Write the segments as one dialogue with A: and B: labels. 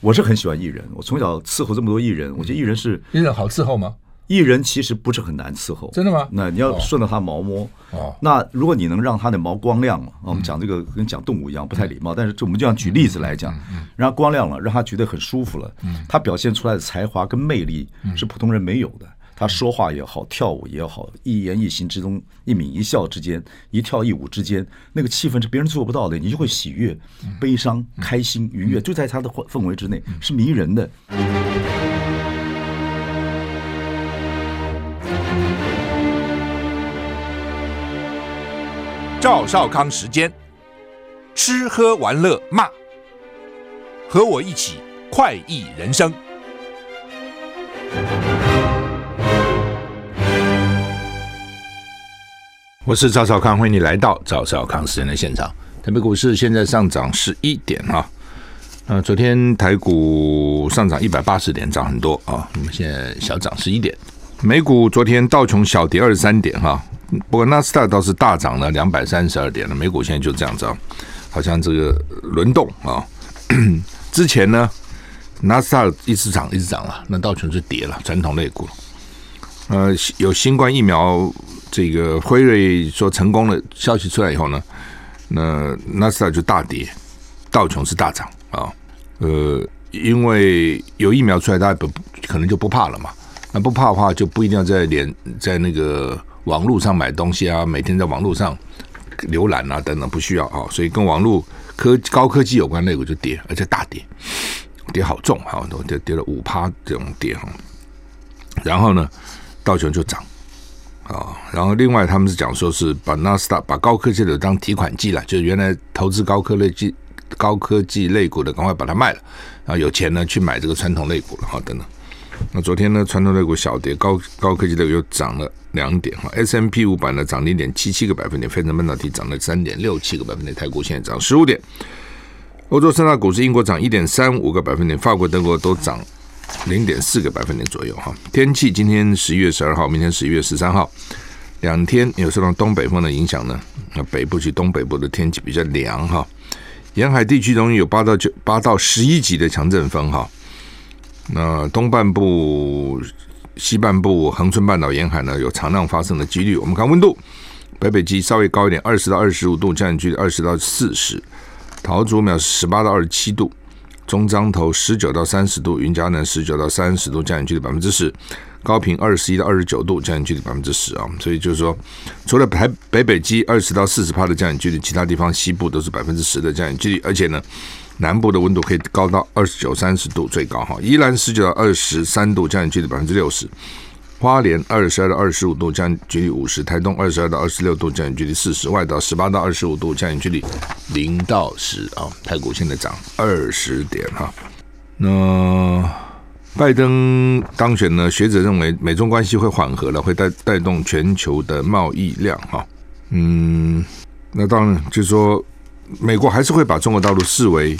A: 我是很喜欢艺人，我从小伺候这么多艺人，我觉得艺人是
B: 艺人好伺候吗？
A: 艺人其实不是很难伺候，
B: 真的吗
A: 那你要顺着他毛摸。
B: 哦嗯
A: 那如果你能让他的毛光亮了，啊我们讲这个跟讲动物一样不太礼貌，但是就我们就像举例子来讲，
B: 嗯
A: 让他光亮了，让他觉得很舒服了，他表现出来的才华跟魅力
B: 嗯
A: 是普通人没有的。他说话也好，跳舞也好，一言一行之中，一抿一笑之间，一跳一舞之间，那个气氛是别人做不到的，你就会喜悦、
B: 嗯
A: 悲伤、开心、愉悦，就在他的氛氛围之内，是迷人
B: 嗯
A: 的。
C: 赵少康时间，吃喝玩乐骂，和我一起快意人生。
D: 我是赵少康，欢迎你来到赵少康时间的现场。台北股市现在上涨十一点啊，呃，昨天台股上涨一百八十点，涨很多啊，我们现在小涨十一点。美股昨天道琼小跌二十三点哈、啊不过纳斯达倒是大涨了两百三十二点了。美股现在就这样子啊，好像这个轮动啊。 之前呢，纳斯达一直涨一直涨了，那道琼就跌了，传统类股。呃，有新冠疫苗这个辉瑞说成功的消息出来以后呢，那纳斯达就大跌，道琼是大涨啊、呃，因为有疫苗出来，大家不可能就不怕了嘛。那不怕的话，就不一定要在连在那个网络上买东西啊，每天在网络上浏览啊等等，不需要啊、所以跟网络科高科技有关类股就跌，而且大跌，跌好重啊，都跌跌了五趴这种跌哈。然后呢，道琼就涨啊、然后另外他们是讲说是把纳斯达把高科技的当提款机了，就是原来投资高科类技高科技类股的，赶快把它卖了，然后有钱呢去买这个传统类股了哈、哦等等。那昨天呢，传统类股小跌，高高科技类股又涨了两点哈，S M P 五百呢涨零点七七个百分点，费城半导体涨了三点六七个百分点，台股现在涨十五点。欧洲三大股市，英国涨一点三五个百分点，法国、德国都涨零点四个百分点左右哈。天气今天十一月十二号，明天十一月十三号，两天有受到东北风的影响呢，那北部及东北部的天气比较凉哈。沿海地区容易有八到九、八到十一级的强阵风哈。那东半部、西半部、恒春半岛沿海呢，有常浪发生的几率。我们看温度，北北极稍微高一点，二十到二十五度，降雨距离二十到四十。桃竹苗十八到二十七度，中彰头十九到三十度，云嘉南十九到三十度，降雨距离百分之十。高平二十一到二十九度，降雨距离百分之十啊，所以就是说，除了台北北基二十到四十帕的降雨距离，其他地方西部都是百分之十的降雨距离，而且呢，南部的温度可以高到二十九、三十度最高哈。宜兰十九到二十三度，降雨距离百分之六十。花莲二十二到二十五度，降雨距离五十；台东二十二到二十六度，降雨距离四十；外岛十八到二十五度，降雨距离零到十啊。台股现在涨二十点哈、那拜登当选呢，学者认为美中关系会缓和了，会带带动全球的贸易量哈、嗯，那当然就是说，美国还是会把中国大陆视为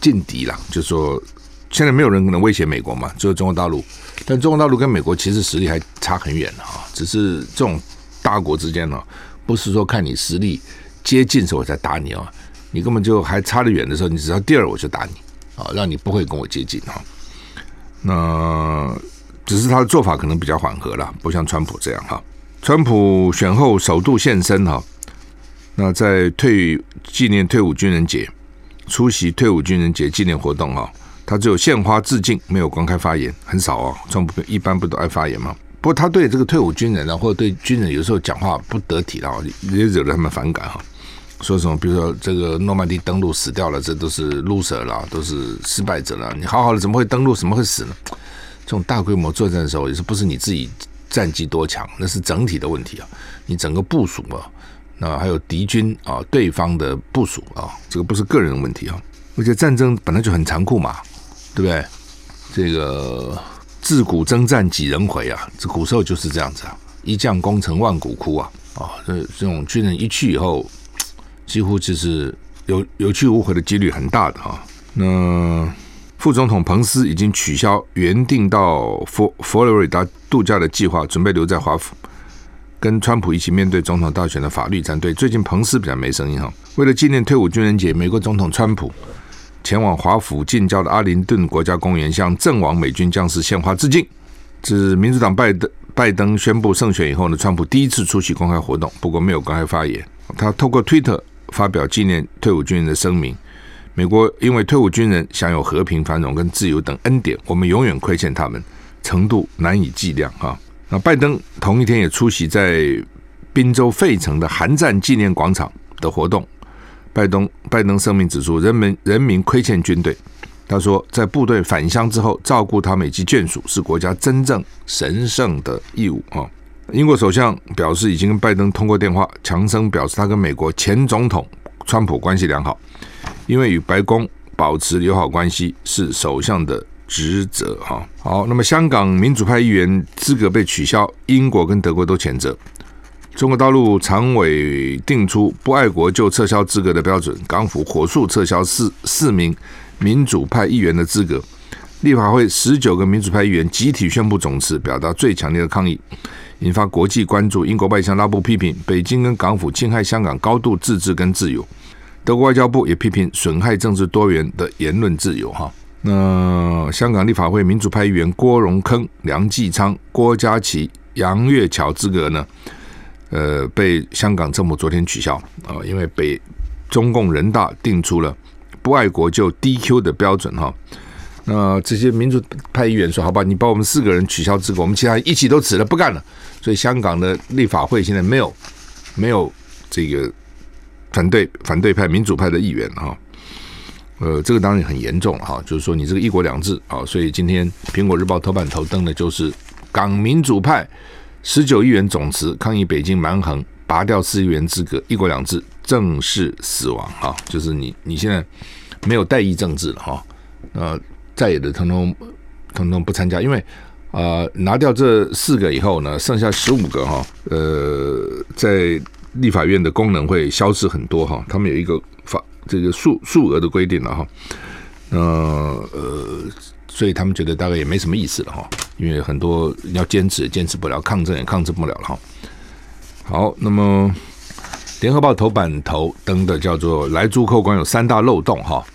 D: 劲敌啦，就是说现在没有人能威胁美国嘛，只有中国大陆。但中国大陆跟美国其实实力还差很远的哈，只是这种大国之间呢、啊不是说看你实力接近时候我才打你啊，你根本就还差得远的时候，你只要第二我就打你啊，让你不会跟我接近哈、那只是他的做法可能比较缓和了，不像川普这样哈。川普选后首度现身哈，那在退纪念退伍军人节，出席退伍军人节纪念活动哈，他只有献花致敬，没有公开发言，很少哦。川普一般不都爱发言吗？不过他对这个退伍军人啊，或者对军人有时候讲话不得体了哦，也惹得他们反感哈。说什么，比如说这个诺曼底登陆死掉了，这都是 loser 啦，都是失败者啦。你好好的怎么会登陆，怎么会死呢？这种大规模作战的时候，也是不是你自己战绩多强，那是整体的问题啊，你整个部署啊，那还有敌军啊，对方的部署啊，这个不是个人的问题啊。而且战争本来就很残酷嘛，对不对？这个自古征战几人回啊，这古时候就是这样子啊，一将功成万骨枯啊，啊，这这种军人一去以后，几乎就是有有去无回的几率很大的哈、那副总统彭斯已经取消原定到佛佛罗里达度假的计划，准备留在华府，跟川普一起面对总统大选的法律战队。最近彭斯比较没声音哈。为了纪念退伍军人节，美国总统川普前往华府近郊的阿灵顿国家公园，向阵亡美军将士献花致敬。自民主党拜登拜登宣布胜选以后呢，川普第一次出席公开活动，不过没有公开发言。他透过 Twitter 发表纪念退伍军人的声明：美国因为退伍军人享有和平、繁荣跟自由等恩典，我们永远亏欠他们，程度难以计量啊！那拜登同一天也出席在宾州费城的韩战纪念广场的活动。拜登拜登声明指出，人民人民亏欠军队。他说，在部队返乡之后，照顾他们以及眷属是国家真正神圣的义务啊、英国首相表示已经跟拜登通过电话，强生表示他跟美国前总统川普关系良好，因为与白宫保持友好关系是首相的职责哈。好，那么香港民主派议员资格被取消，英国跟德国都谴责。中国大陆常委定出不爱国就撤销资格的标准，港府火速撤销四四名民主派议员的资格。立法会十九个民主派议员集体宣布总辞，表达最强烈的抗议，引发国际关注。英国外相拉布批评北京跟港府侵害香港高度自治跟自由，德国外交部也批评损害政治多元的言论自由。哈，那香港立法会民主派议员郭荣铿、梁继昌、郭家麒、杨岳桥资格呢？呃，被香港政府昨天取消啊、因为北中共人大定出了不爱国就 DQ 的标准哈、那这些民主派议员说：“好吧，你把我们四个人取消资格，我们其他一起都辞了，不干了。”所以香港的立法会现在没有没有这个反对反对派、民主派的议员哈、呃，这个当然很严重了哈、就是说你这个一国两制啊、所以今天《苹果日报》头版头登的就是港民主派十九亿元总值抗议北京蛮横，拔掉四亿元资格，一国两制正式死亡啊、就是你你现在没有代议政治了哈、呃，在野的通通通通不参加，因为呃拿掉这四个以后呢，剩下十五个哈、呃，在立法院的功能会消失很多哈、他们有一个法这个数数额的规定了哈、呃呃，所以他们觉得大概也没什么意思了哈、因为很多要坚持也坚持不了，抗争也抗争不了了哈、好，那么。联合报头版头登的叫做“来租扣管有三大漏洞”哈，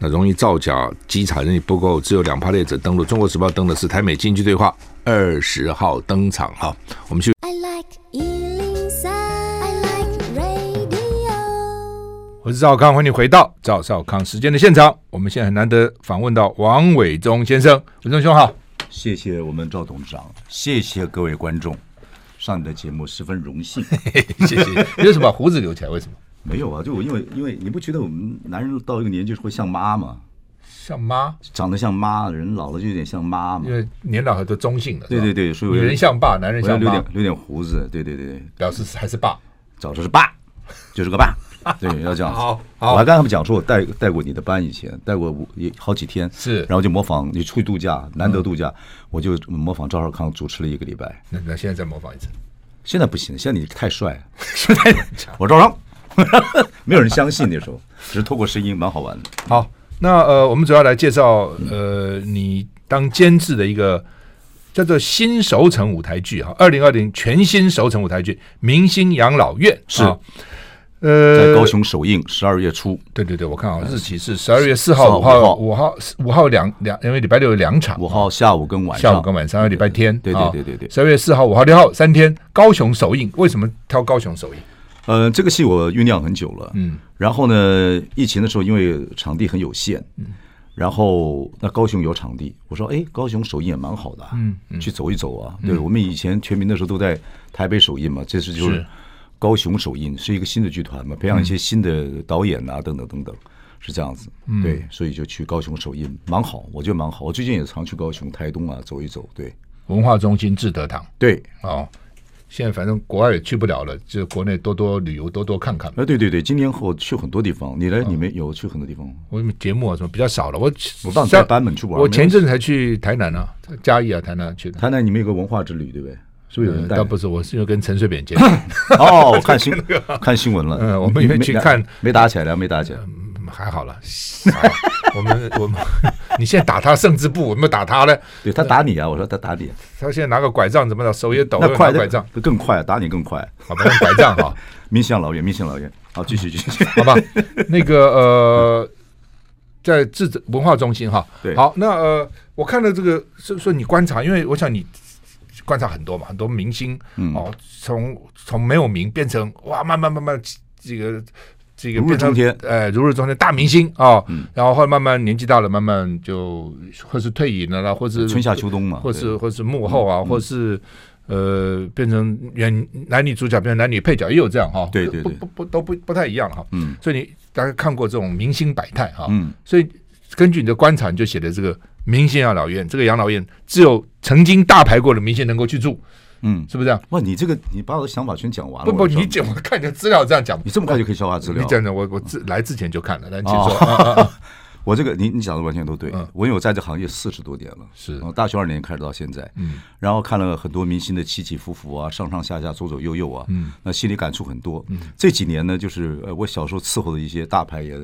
D: 那容易造假、稽查能力不够，只有两趴列者登录。中国时报登的是台美经济对话二十号登场哈，我们去
B: I like Ealing Sound. I like radio.
D: 我是赵康，欢迎回到赵少康时间的现场。我们现在很难得访问到王伟忠先生，伟忠兄好。
A: 谢谢我们赵董事长，谢谢各位观众，上你的节目十分荣 幸。
D: 谢谢。你为什么把胡子留起来？为什么？
A: 没有啊，就我因为因为你不觉得我们男人到一个年纪会像妈吗？
D: 像妈，
A: 长得像妈，人老了就有点像妈嘛
D: 因。为年老很多中性的。
A: 对对对，所以
D: 女
A: 我
D: 人像爸，男人
A: 我要
D: 像
A: 留
D: 妈
A: 点，留点胡子。对对对对，
D: 表示还是爸。
A: 找的是爸，就是个 爸。对，要这样子。
D: 好好
A: 我还跟他们讲说，我带带过你的班以前，带过五也好几天，
D: 是嗯
A: 然后就模仿你出去度假，难得度假，我就模仿赵少康主持了一个礼拜。
D: 那那现在再 模仿一次。
A: 现在不行，现在你太帅了，我赵康， 没有人相信那时候，只是透过声音蛮好玩的。
D: 好，那呃，我们主要来介绍呃，你当监制的一个叫做新熟成舞台剧哈，二零二零全新熟成舞台剧《明星养老院》
A: 是
D: 啊
A: 在
D: 呃
A: 高，雄首映，十二月初，
D: 对对对，我看
A: 呃
D: 啊，日期是十二月四号、五号、五号、五号两两，因为礼拜六有两场
A: 五，号下午跟晚上，
D: 下午跟晚上，还有礼拜天，啊
A: 对对对对对
D: 十二月四号、五号、六号三天，高雄首映。为什么挑高雄首映？
A: 呃，这个戏我酝酿很久了，嗯，然后呢，疫情的时候因为场地很有限，嗯，然后那高雄有场地，我说哎，高雄首映也蛮好的、嗯，去走一走啊，对我们以前全民的时候都在台北首映嘛，这次就是是高雄首映，是一个新的剧团嘛，培养一些新的导演啊，等等等等。是这样子，对，所以就去高雄首映，蛮好，我觉得蛮好。我最近也常去高雄、台东啊走一走，对，
D: 文化中心志德堂
A: 对，
D: 哦，现在反正国外也去不了了，就国内多多旅游，多多看看。
A: 哎，对对对，今年后去很多地方，你来你们有去很多地方吗？
D: 我们节目啊什么比较少了，我
A: 我帮你
D: 上
A: 带班们去玩
D: 我
A: 没
D: 前一阵子才去台南啊，嘉义啊，台南去的。呃
A: 台南你们有个文化之旅，对不对？是不是有人带？
D: 但不是，我是有跟陈水扁见，
A: 哦， 我看新 看新闻了。
D: 嗯我们也
A: 没
D: 去看
A: 没打起来了，没打起来。
D: 嗯还好了。 还好我们我们，你现在打他胜之不武，有没有打他呢？
A: 对他打你啊，我说他打你，
D: 他现在拿个拐杖怎么着，手也抖，
A: 那快
D: 拿
A: 的
D: 拐杖，
A: 更快，啊打你更快。
D: 好吧，用拐杖哈，
A: 民信老院，民信老院，好，继续继续。
D: 好吧。那个呃，在智者文化中心哈。
A: 对
D: 好，那呃，我看到这个是说你观察，因为我想你观察很多嘛，很多明星、
A: 嗯
D: 哦，从从没有名变成哇，慢慢慢慢这个这个
A: 如日
D: 变成
A: 中天嗯
D: 呃，如日中天大明星啊、哦然后后来慢慢年纪大了，慢慢就或是退隐了啦，或是
A: 春夏秋冬嘛
D: 或是
A: 对
D: 或是幕后啊，或是。呃，变成原男女主角变成男女配角也有这样哈、
A: 对对
D: 不
A: 对
D: 不不都不不太一样了哈、
A: 嗯
D: 所以你大概看过这种明星百态哈、
A: 嗯，
D: 所以根据你的观察，你就写的这个明星养老院，这个养老院只有曾经大牌过的明星能够去住，
A: 嗯，
D: 是不是这样？
A: 哇，你这个你把我的想法全讲完了，
D: 不不，
A: 我知道
D: 你讲我看你的资料这样讲，
A: 你这么快就可以消化资料
D: 你，讲的我我自来之前就看了，但你
A: 哦
D: 说、啊啊啊
A: 我这个你你讲的完全都对
D: 嗯，
A: 我因为我在这行业四十多年了，
D: 是
A: 我大学二年开始到现在，
D: 嗯，
A: 然后看了很多明星的起起伏伏啊，上上下下，左左右右啊，
D: 嗯，
A: 那心里感触很多。这几年呢，就是呃，我小时候伺候的一些大牌也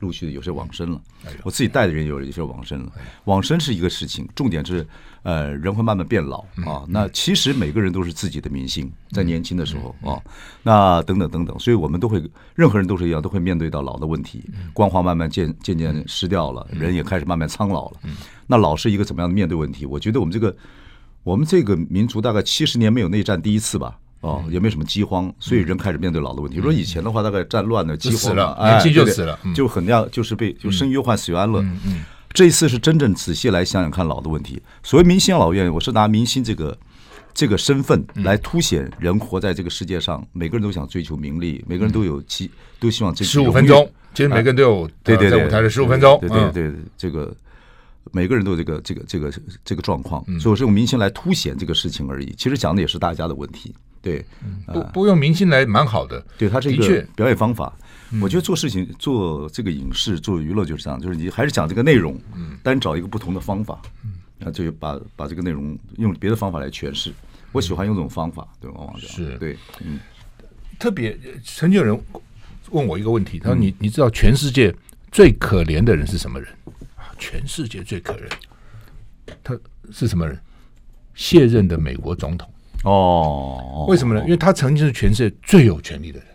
A: 陆续有些往生了，
D: 哎
A: 我自己带的人也有一些往生了。往生是一个事情，重点是呃，人会慢慢变老
D: 嗯
A: 啊。那其实每个人都是自己的明星，在年轻的时候
D: 嗯
A: 啊，那等等等等，所以我们都会，任何人都是一样，都会面对到老的问题，
D: 嗯
A: 光环慢慢渐渐渐失掉了，人也开始慢慢苍老
D: 嗯
A: 了。那老是一个怎么样的面对问题？我觉得我们这个。我们这个民族大概七十年没有内战第一次吧，哦，
D: 嗯
A: 也没什么饥荒，所以人开始面对老的问题。说以前的话，大概战乱呢、饥
D: 死
A: 荒
D: 了
A: 啊哎
D: 年嗯轻就
A: 对对
D: 死了嗯
A: 就很样就是被就生于忧患死于安乐。这一次是真正仔细来想想看老的问题。所谓明星养老院，我是拿明星这个。这个身份
D: 嗯
A: 来凸显人活在这个世界上，每个人都想追求名利，每个人都有期，都希望这
D: 十五分钟，其实每个人都有、
A: 对对
D: 呃
A: 对，
D: 在舞台的十五分钟，
A: 对对对
D: 嗯
A: 对，对这个每个人都有这个这个这个这个状况，
D: 嗯
A: 所以我是用明星来凸显这个事情而已。其实讲的也是大家的问题，对，
D: 不不用明星来蛮好的，
A: 对他这
D: 的
A: 个
D: 确嗯
A: 表演方法，我觉得做事情、做这个影视、做娱乐就是这样，就是你还是讲这个内容，
D: 嗯
A: 但是找一个不同的方法，那就把把这个内容用别的方法来诠释。我喜欢用这种方法，对，往往这样
D: 是
A: 对，嗯，
D: 特别呃曾经有人问我一个问题，
A: 嗯
D: 他说你你知道全世界最可怜的人是什么人？啊全世界最可怜，他是什么人？卸任的美国总统，
A: 哦，
D: 为什么呢？因为他曾经是全世界最有权力的人。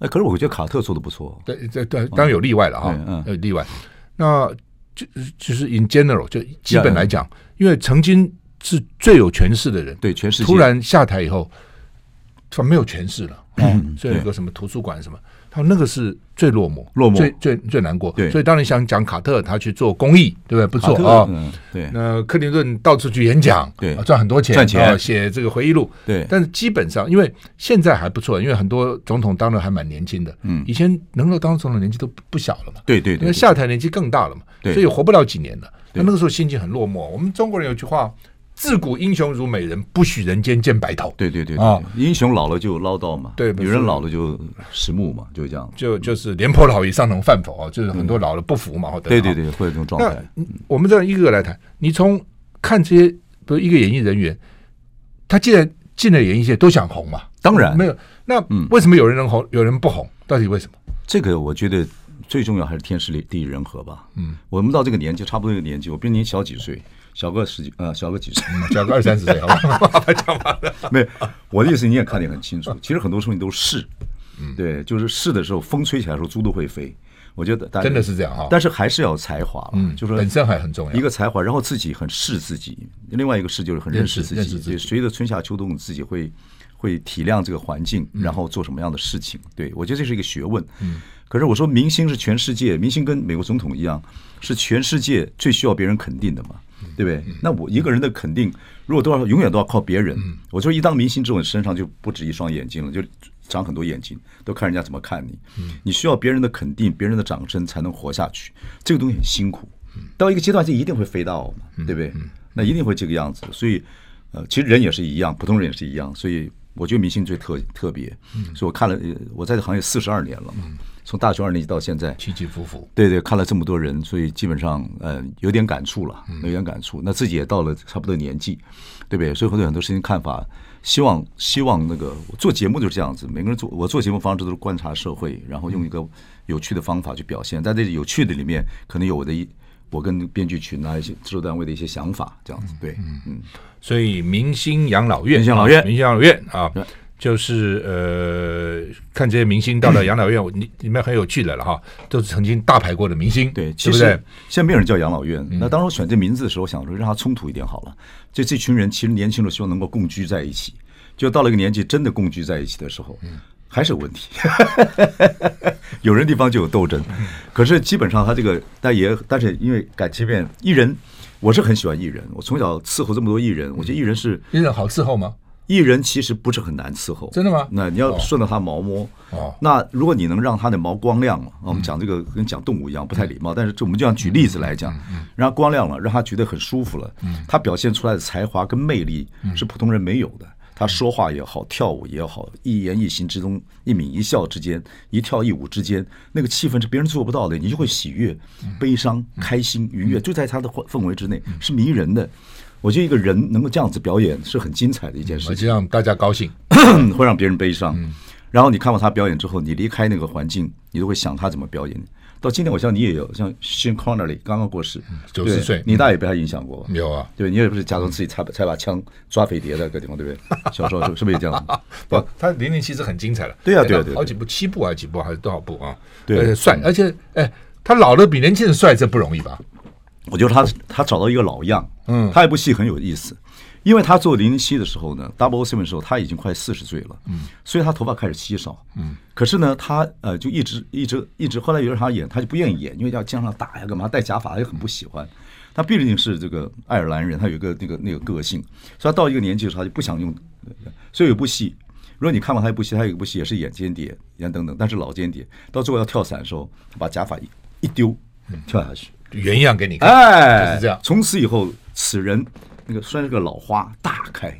A: 哎，可是我觉得卡特做的不错，
D: 对对对，当然有例外了哈
A: 哦嗯，嗯
D: 有例外。那就就是 in general，就基本来讲，因为曾经是最有权势的人，
A: 对，全世界
D: 突然下台以后，突然没有权势了，哦所以
A: 嗯
D: 有
A: 对
D: 个什么图书馆什么，他说那个是最落寞、
A: 落寞
D: 最最最难过。
A: 对
D: 所以当你想讲卡特，他去做公益，对不对？不
A: 卡
D: 错
A: 特
D: 啊。
A: 嗯，对，
D: 那克林顿到处去演讲，
A: 对
D: 啊赚很多钱，
A: 赚钱
D: 啊写这个回忆录，
A: 对
D: 但是基本上，因为现在还不错，因为很多总统当的还蛮年轻的，嗯，以前能够当总统的年纪都不不小了嘛，
A: 对对对
D: 因为下台年纪更大了嘛，
A: 对
D: 所以活不了几年了。那那个时候心情很落寞。我们中国人有句话：“自古英雄如美人，不许人间见白头。”
A: 对对对
D: 啊
A: 啊，英雄老了就唠叨嘛，
D: 对不
A: 女
D: 是
A: 人老了就实木嘛，就是这样。
D: 就就是廉颇老矣，尚能饭否啊？就是很多老了不服嘛，或者
A: 嗯对对对，会有这种状
D: 啊那
A: 态。
D: 你我们这样一个个来谈，你从看这些，比如一个演艺人员，他既然进了演艺界，都想红嘛，
A: 当然
D: 没有。那
A: 嗯
D: 为什么有人能红，有人不红？到底为什么？
A: 这个我觉得最重要还是天时地利人和吧。嗯，我们到这个年纪，差不多这个年纪，我比您小几岁，小个十几呃，小个几岁。
D: 讲个二三十岁，好吧？
A: 没有，我的意思你也看得很清楚。其实很多事情都是，
D: 嗯
A: 对，就是是的时候，风吹起来的时候，猪都会飞。我觉得大家
D: 真的是这样哈啊嗯
A: 但是还是要有才华了，就说
D: 本身还很重要
A: 一个才华，然后自己很是自己，另外一个是就是很
D: 认
A: 认
D: 识
A: 识自
D: 认识
A: 己。
D: 自己
A: 就随着春夏秋冬，你自己会会体谅这个环境，然后做什么样的事情。对我觉得这是一个学问。嗯，可是我说明星是全世界，明星跟美国总统一样，是全世界最需要别人肯定的嘛。对不对？那我一个人的肯定，如果都要永远都要靠别人，我说一当明星之后，你身上就不止一双眼睛了，就长很多眼睛，都看人家怎么看你。你需要别人的肯定，别人的掌声才能活下去。这个东西很辛苦，到一个阶段就一定会飞到嘛，对不对？那一定会这个样子。所以，呃，其实人也是一样，普通人也是一样。所以，我觉得明星最特特别。所以我看了，呃我在这行业四十二年了嘛，从大学二年级到现在，
D: 起起伏伏，
A: 对对，看了这么多人，所以基本上呃有点感触了，有点感触。那自己也到了差不多年纪，对不对？所以会对很多事情看法，希望希望那个我做节目就是这样子，每个人做我做节目方式都是观察社会，然后用一个有趣的方法去表现，在这有趣的里面，可能有我的一我跟编剧群啊一些制作单位的一些想法，这样子对，嗯，
D: 所以明星养老院，
A: 明星养老院
D: 啊明星养老院啊，就是呃，看这些明星到了养老 院，你你们很有趣的了哈，都是曾经大牌过的明星，
A: 对，其
D: 对不嗯
A: 实
D: 对？
A: 现在没有人叫养老院。那当时我选这名字的时候，想说让它冲突一点好了。就这群人其实年轻的时候能够共居在一起，就到了一个年纪真的共居在一起的时候，
D: 嗯
A: 还是有问题。 有人地方就有斗争，
D: 嗯
A: 可是基本上他这个，但也但是因为感情面，艺人我是很喜欢艺人，我从小伺候这么多艺人，我觉得艺人是
D: 艺人好伺候吗？
A: 艺人其实不是很难伺候，
D: 真的吗
A: 那你要顺着他毛摸。
D: 哦嗯
A: 那如果你能让他的毛光亮了，啊我们讲这个跟讲动物一样不太礼貌，但是这我们就要举例子来讲，
D: 嗯
A: 让他光亮了，让他觉得很舒服了，他表现出来的才华跟魅力
D: 嗯
A: 是普通人没有的。他说话也好，跳舞也好，一言一行之中，一抿一笑之间，一跳一舞之间，那个气氛是别人做不到的，你就会喜悦、
D: 嗯
A: 悲伤、开心、愉悦，就在他的氛围之内，是迷人的。我觉得一个人能够这样子表演是很精彩的一件事
D: 我
A: 情。
D: 就让大家高兴。
A: 会让别人悲伤。然后你看过他表演之后，你离开那个环境，你都会想他怎么表演。到今天，我像你也有，像 Sean Connery 刚刚过世，
D: 90
A: 对
D: 岁
A: 你大概也被他影响过吧？
D: 有啊，
A: 对，你也不是假装自己才才把枪抓匪谍的各地方，对不对？小时候是是不是也这样？
D: 不，他零零七是很精彩的，
A: 对啊对啊对啊
D: 好几部，七部还是几部还是多少部啊？
A: 对
D: 而且帅，而且哎，他老了比年轻人帅，这不容易吧？
A: 我觉得他他找到一个老样，
D: 嗯
A: 他一部戏很有意思，因为他做零零七的时候呢，Double Seven 的时候他已经快四十岁了，嗯，所以他头发开始稀少，嗯，可是呢，他呃就一直一直一直，后来有人让他演，他就不愿意演，因为要肩上打呀，干嘛戴假发，他就很不喜欢。他毕竟是这个爱尔兰人，他有一个那个那个个性，所以他到一个年纪的时候，他就不想用。所以有一部戏，如果你看过他一部戏，他有一部戏也是演间谍，演等等，但是老间谍，到最后要跳伞的时候，他把假发一一丢，跳下去，
D: 原样给你看，
A: 哎，
D: 就是这样
A: 从此以后，此人那个虽然是个老花，大开，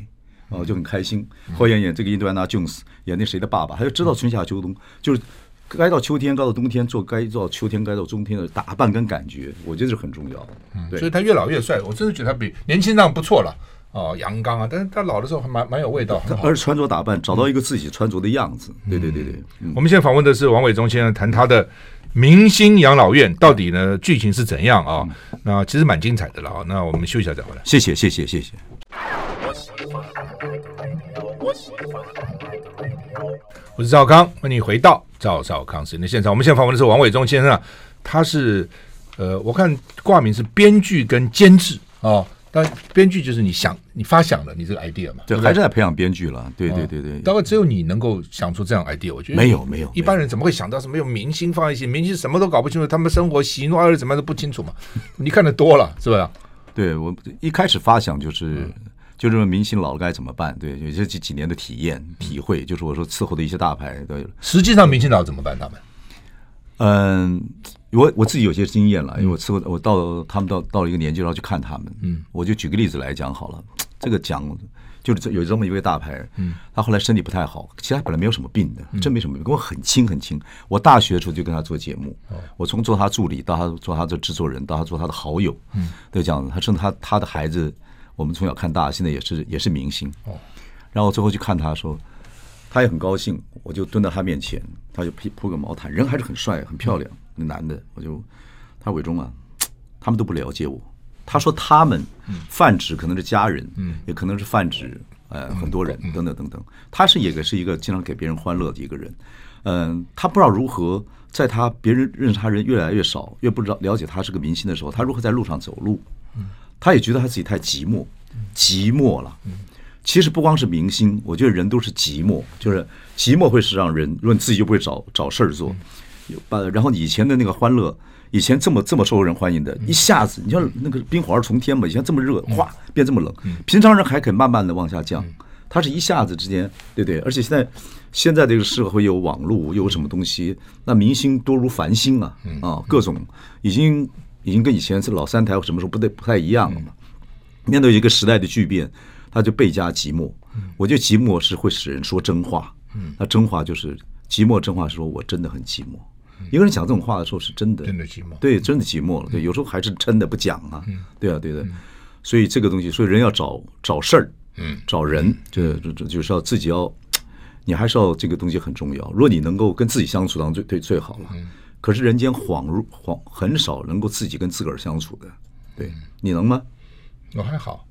D: 嗯
A: 哦，就很开心。后演演这个印度安娜·琼斯演那谁的爸爸，他就知道春夏秋冬，就是该到秋天，该到冬天，做该到秋天，该到冬天的打扮跟感觉，我觉得是很重要的。对
D: 嗯所以他越老越帅，我真的觉得他比年轻上不错了哦，阳刚啊，但是他老的时候还蛮蛮有味道，很好。
A: 而穿着打扮，找到一个自己穿着的样子，对对对对，嗯
D: 我们现在访问的是王伟忠先生，谈他的明星养老院到底呢剧情是怎样啊？
A: 嗯
D: 那其实蛮精彩的了啊。那我们休息一下再回来。
A: 谢谢谢谢谢谢。
D: 我是赵康，欢迎你回到赵少康时间的现场。我们现在访问的是王伟忠先生啊，他是呃，我看挂名是编剧跟监制哦。但编剧就是你想你发想的，你这个 idea 嘛，
A: 对，
D: 不哦
A: 还是在培养编剧了，对
D: 嗯
A: 对对对，
D: 大概只有你能够想出这样 idea，我觉得
A: 没有没有
D: 一般人怎么会想到什么有明星放在一起？明星什么都搞不清楚，他们生活喜怒哀乐怎么样都不清楚嘛。你看的多了是吧？
A: 对我一开始发想就是，就认为明星老了该怎么办？对，有些几几年的体验体会，就是我说伺候的一些大牌，对，
D: 实际上明星老怎么办？他们
A: 嗯，我我自己有些经验了，因为我伺候我到他们到到了一个年纪，然后去看他们，嗯，我就举个例子来讲好了，这个讲就是这有这么一位大牌，嗯，他后来身体不太好，其实他本来没有什么病的，真没什么病，跟我很亲很亲。我大学的时候就跟他做节目，我从做他助理到他做他的制作人，到他做他的好友，嗯，都这样子。他甚至他他的孩子，我们从小看大，现在也是也是明星，
D: 哦，
A: 然后最后去看他说，他也很高兴，我就蹲到他面前，他就披铺个毛毯，人还是很帅很漂亮，那男的，我就他说伟忠啊，他们都不了解我。他说他们泛指可能是家人，嗯，也可能是泛指呃很多人等等等等。他是也是一个经常给别人欢乐的一个人，嗯，他不知道如何在他别人认识他人越来越少，越不知道了解他是个明星的时候，他如何在路上走路，他也觉得他自己太寂寞，寂寞了。其实不光是明星，我觉得人都是寂寞，就是寂寞会是让人，如果你自己就不会找找事儿做，有把然后你以前的那个欢乐，以前这么这么受人欢迎的，一下子你像那个冰火二重天嘛，以前这么热，哗变这么冷，平常人还肯慢慢的往下降，他是一下子之间，对不对？而且现在现在这个社会有网络，又有什么东西，那明星多如繁星啊啊，各种已经已经跟以前是老三台或什么时候不太不太一样了嘛。面对一个时代的巨变，他就倍加寂寞。我觉得寂寞是会使人说真话，那真话就是寂寞，真话是说我真的很寂寞。一个人讲这种话的时候是嗯真的，嗯
D: 真的寂寞
A: 对，真的寂寞了。对，有时候还是真的不讲啊，对啊，对的。所以这个东西，所以人要找找事儿，嗯，找人，这这这就是要自己要，你还是要这个东西很重要。如果你能够跟自己相处，当然最对最好了。可是人间恍如恍，很少能够自己跟自个儿相嗯处的，对，你能吗？
D: 哦我还好，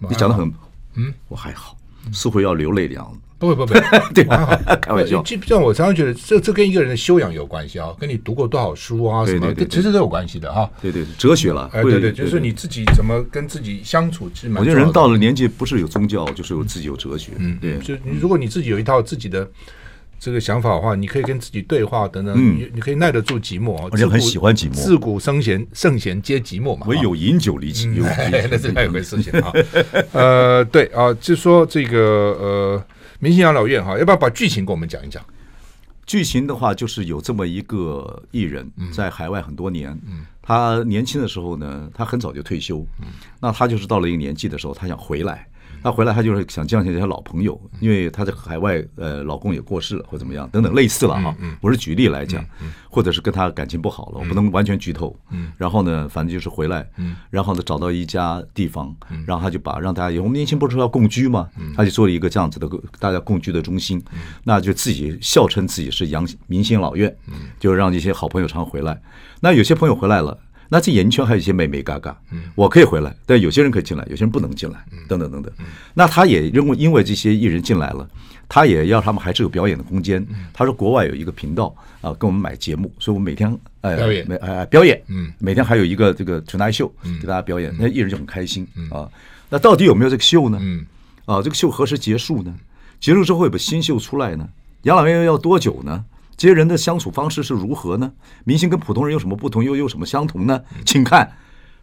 D: 我还好
A: 你讲的很，嗯，我还好，似乎要流泪的样子。
D: 不会不 会， 呃对啊吧？
A: 开玩笑
D: 基本上我常常觉得这这跟一个人的修养有关系啊，跟你读过多少书啊
A: 对
D: 什么，
A: 对对
D: 这其实都有关系的哈。
A: 对对，哲学了，
D: 哎，
A: 会
D: 对对，就是你自己怎么跟自己相处，是蛮
A: 我觉得人
D: 重要
A: 到
D: 的
A: 了年纪，不是有宗教，就是有自己有哲学。嗯，对，
D: 就你如果你自己有一套自己的这个想法的话，你可以跟自己对话等等，你你可以耐得住寂寞，
A: 而且嗯很
D: 自古
A: 喜欢寂寞
D: 自古圣贤圣贤皆寂寞嘛，
A: 唯
D: 哈
A: 有饮酒离
D: 嗯
A: 奇，有
D: 那是另外一回事情啊。呃，对啊，就说这个呃，明星养老院哈，要不要把剧情给我们讲一 讲？
A: 剧情的话，就是有这么一个艺人，在海外很多年。他年轻的时候呢，他很早就退休。那他就是到了一个年纪的时候，他想回来。他回来，他就是想见见这些老朋友，因为他在海外，呃，老公也过世了或怎么样，等等类似了哈。我是举例来讲，或者是跟他感情不好了，我不能完全剧透。然后呢，反正就是回来，然后呢，找到一家地方，然后他就把让大家，我们年轻不是要共居嘛，
D: 嗯
A: 他就做了一个这样子的大家共居的中心，那就自己笑称自己是养明星老院，
D: 嗯
A: 就让一些好朋友常回来。那有些朋友回来了。那这演艺圈还有一些妹妹嘎嘎，
D: 嗯
A: 我可以回来，但有些人可以进来，有些人不能进来，等等等等。
D: 嗯
A: 那他也因为因为这些艺人进来了，他也要他们还是有表演的空间。
D: 嗯
A: 他说国外有一个频道啊、跟我们买节目，所以我每天呃
D: 表演
A: 每呃表演，
D: 嗯
A: 每天还有一个这个 Tonight Show 给大家表演，那艺人就很开心啊。那到底有没有这个秀呢？
D: 嗯
A: 啊，这个秀何时结束呢？结束之后有没有新秀出来呢？养老院要多久呢？这些人的相处方式是如何呢？明星跟普通人有什么不同，又有什么相同呢？请看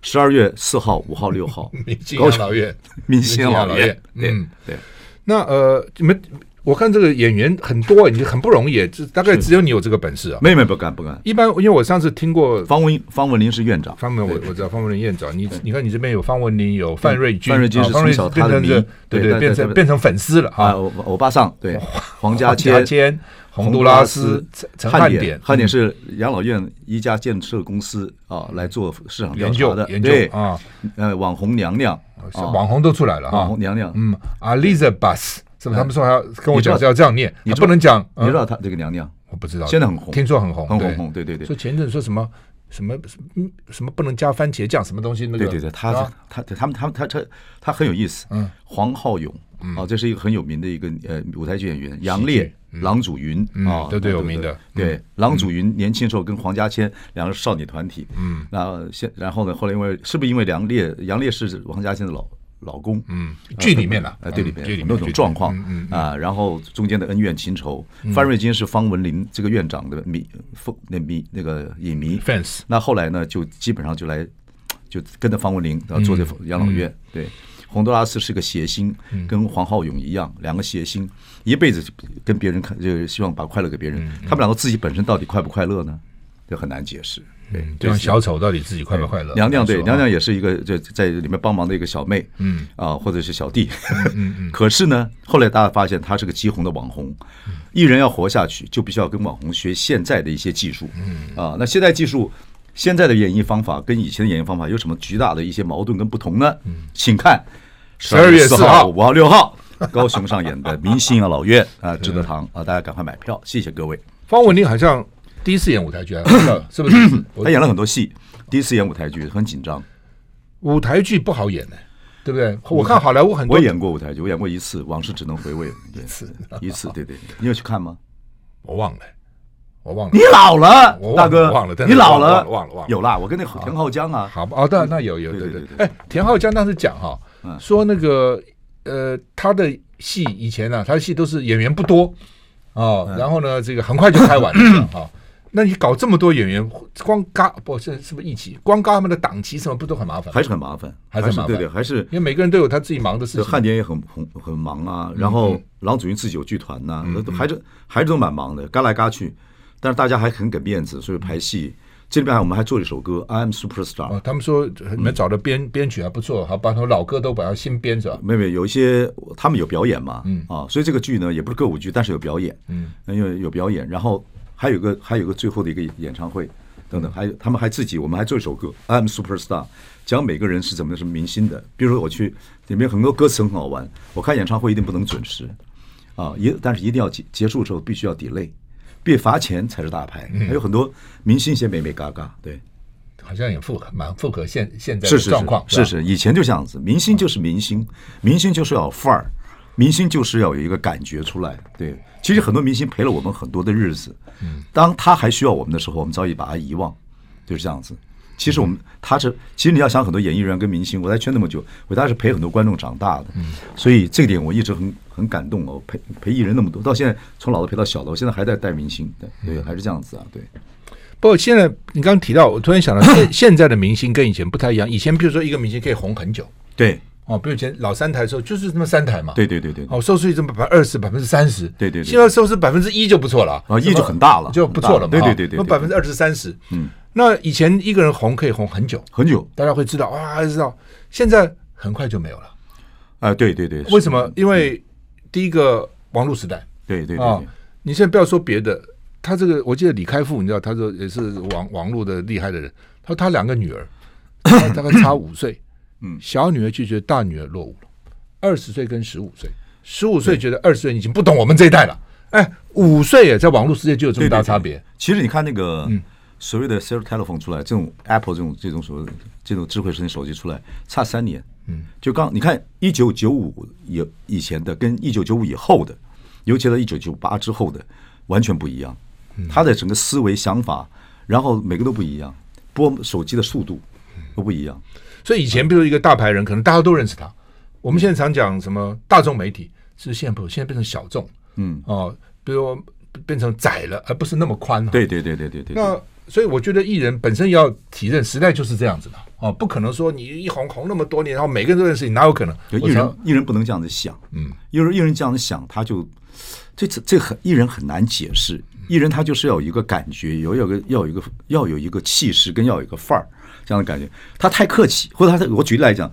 A: 十二月四号、五号、六号
D: 明星
A: 高
D: 养
A: 雄
D: 老院，
A: 明星
D: 养
A: 老院，对
D: 嗯，
A: 对，
D: 那呃，你们我看这个演员很多，你很不容易，这大概只有你有这个本事啊。
A: 妹妹不敢不敢。
D: 一般因为我上次听过
A: 方文方文林是院长，
D: 方文，我我知道方文林院长，你你看你这边有方文林，有范瑞军，
A: 范瑞军
D: 啊
A: 是
D: 方
A: 从小
D: 变
A: 他的
D: 成这
A: 迷
D: 对
A: 对
D: 对，
A: 但
D: 变
A: 但
D: 成
A: 但
D: 变成粉丝了
A: 啊，
D: 啊。
A: 我我巴上对 黄家
D: 黄
A: 千、
D: 千、洪都拉斯、陈陈汉典嗯
A: 典，，汉典是养老院一家建设公司啊来做市场调
D: 研
A: 查
D: 究
A: 的，
D: 研究
A: 对，
D: 啊，哦
A: 呃，网红娘娘
D: 是
A: 啊，
D: 网红都出来了
A: 网
D: 哈
A: 红。娘娘，
D: 嗯，Elizabeth 是不是？他们说还要跟我
A: 你知
D: 讲
A: 道
D: 是要这样念，
A: 哎你
D: 他
A: 知
D: 不能讲，
A: 你知
D: 嗯
A: 道她这个娘娘
D: 我不知道，
A: 现在很红
D: 听说很红，
A: 很
D: 对
A: 红红，对对对
D: 说，前阵说什么什么嗯什么不能加番茄酱，什么东西那个？
A: 对对对，她
D: 啊
A: 她她他们他们他他他很有意思，
D: 嗯，
A: 黄浩勇啊，这是一个很有名的一个呃舞台剧演员，杨烈。郎祖云
D: 嗯
A: 啊，
D: 都都有
A: 对
D: 名的嗯
A: 对，郎祖云年轻时候跟黄家千两个少女团体，
D: 嗯，
A: 那现然后呢，后来因为是不是因为杨烈杨烈是黄家千的老老公，嗯，
D: 嗯，剧里面了，
A: 呃，对里
D: 嗯
A: 面
D: 剧里
A: 有
D: 面
A: 那种状况
D: 嗯嗯嗯嗯
A: 啊，然后中间的恩怨情仇，范瑞金是方文林这个院长的迷风那迷那个影迷，
D: ，fans
A: 那后来呢，就基本上就来就跟着方文林啊做这
D: 嗯
A: 养老院，对。洪都拉斯是个谐星，跟黄浩勇一样，两个谐星，一辈子就跟别人看，就是希望把快乐给别人。
D: 嗯
A: 他们两个自己本身到底快不快乐呢？这很难解释。对，
D: 就像嗯小丑到底自己快不快乐？
A: 娘娘对，
D: 说
A: 娘娘也是一个就在里面帮忙的一个小妹，
D: 嗯
A: 啊，或者是小弟，嗯嗯。 可是呢，后来大家发现她是个极红的网红，艺人要活下去就必须要跟网红学现在的一些技术，嗯啊，那现在技术。现在的演绎方法跟以前的演绎方法有什么巨大的一些矛盾跟不同呢？请看
D: 12月
A: 4
D: 4号
A: 五号、六号， 高雄上演的《明星养老院》 啊，值得堂啊，大家赶快买票，谢谢各位。
D: 方文林好像第一次演舞台剧，还不知 道是不是？我
A: 他演了很多戏，第一次演舞台剧，很紧张。
D: 舞台剧不好演呢，对不对？我看好莱坞很多
A: 我演过舞台剧，我演过一次，往事只能回味。对，一次，一次，对
D: 啊
A: 对。你有去看吗？
D: 我忘了，我忘了
A: 你。老了
D: 我忘，了
A: 大哥，
D: 忘了真的
A: 你老了，
D: 忘了忘了忘了
A: 有啦，我跟那个田浩江啊，
D: 好吧，哦，那那有有
A: 对
D: 对
A: 对
D: 对
A: 对，对嗯
D: 哎，田浩江当时讲哈，说那个呃，他的戏以前呢、他的戏都是演员不多哦，
A: 嗯
D: 然后呢，这个很快就拍完了这 样哈。那你搞这么多演员，光嘎不是是不是一起？光嘎他们的档期什么不都很麻烦？
A: 还是很麻烦，
D: 还是很麻烦
A: 对对，还是
D: 因为每个人都有他自己忙的事
A: 这
D: 情。
A: 汉典也很很很忙啊，
D: 嗯
A: 然后郎祖筠自己有剧团呐，那都还是还是都蛮忙的，嘎来嘎去，但是大家还很给面子，所以排戏。这里边我们还做了一首歌《I Am Superstar》，
D: 哦，他们说你们找的编编曲还啊不错，好，把他们老歌都把它新编是吧？
A: 妹妹有一些他们有表演嘛，嗯啊，所以这个剧呢也不是歌舞剧，但是有表演，嗯，因为有表演，然后还有个还有个最后的一个演唱会等等，还有他们还自己我们还做一首歌《I'm Superstar》，讲每个人是怎么什么明星的，比如说我去里面很多歌词很好玩，我看演唱会一定不能准时，啊，一但是一定要结结束的时候必须要 delay，被罚钱才是大牌，还有很多明星写美美嘎嘎，对。
D: 好像也符合蛮符合现现在
A: 是
D: 的
A: 是
D: 状况，
A: 是
D: 吧嗯
A: 是，以前就这样子，明星就是明星，明星就是要有范儿，明星就是要有一个感觉出来。对，其实很多明星陪了我们很多的日子，
D: 嗯
A: 当他还需要我们的时候，我们早已把他遗忘，就是这样子。其实我
D: 嗯
A: 们他是，其实你要想很多演艺人跟明星，我在圈那么久，我他是陪很多观众长大的，
D: 嗯
A: 所以这点我一直很很感动哦，陪陪艺人那么多，到现在从老的陪到小的，我现在还在带明星，对
D: 嗯
A: 对，还是这样子啊，对。
D: 不过现在你刚刚提到，我突 然想到，现现在的明星跟以前不太一样。以前比如说一个明星可以红很久
A: 对
D: 哦，比如以前老三台的时候就是那么三台嘛，
A: 对对对对
D: 哦，收视率这么百分之二十、百分之三十，
A: 对对对
D: 现在收视百分之一就不错了
A: 啊一就很大了
D: 就不错了嘛，
A: 很大了对对对
D: 哦
A: 对
D: 那
A: 对
D: 百分之二十、三十，
A: 嗯，
D: 那以前一个人红可以红很久，
A: 很久，
D: 大家会知道哇，知道，现在很快就没有了。
A: 啊、对对对，
D: 为什么？因为第一个网络时代，
A: 对对对
D: 啊
A: 对，
D: 你现在不要说别的，他这个我记得李开复，你知道，他说也是网网络的厉害的人。他说他两个 女儿，大大概差五岁，
A: 嗯
D: 小女儿就觉得大女儿落伍了，二十岁跟十五岁，十五岁觉得二十岁已经不懂我们这一代了。哎，五岁耶，在网络世界就有这么大差别。
A: 其实你看那个所谓的 cell telephone 出来，这种 Apple 这种这种所谓的这种智慧型手机出来，差三年。嗯，就刚你看一九九五以以前的跟一九九五以后的，尤其在一九九八之后的，完全不一样。他的整个思维想法，然后每个都不一样，拨手机的速度都不一样。
D: 所以以前，比如一个大牌人，可能大家都认识他。我们现在常讲什么大众媒体，是现在不，现在变成小众
A: 嗯，
D: 哦，比如变成窄了，而不是那么宽了。
A: 对对对对对对。
D: 嗯那所以我觉得艺人本身也要体认时代就是这样子的哦，不可能说你一红红那么多年，然后每个人都认识你，哪有可能？
A: 就
D: 我
A: 艺人
D: 常
A: 艺人不能这样子想，嗯，艺人艺人这样子想，他就这这这很艺人很难解释，艺人他就是要有一个感觉，有有个要有一个要有一个气势，跟要有一个范儿这样的感觉。他太客气，或者他太我举例来讲，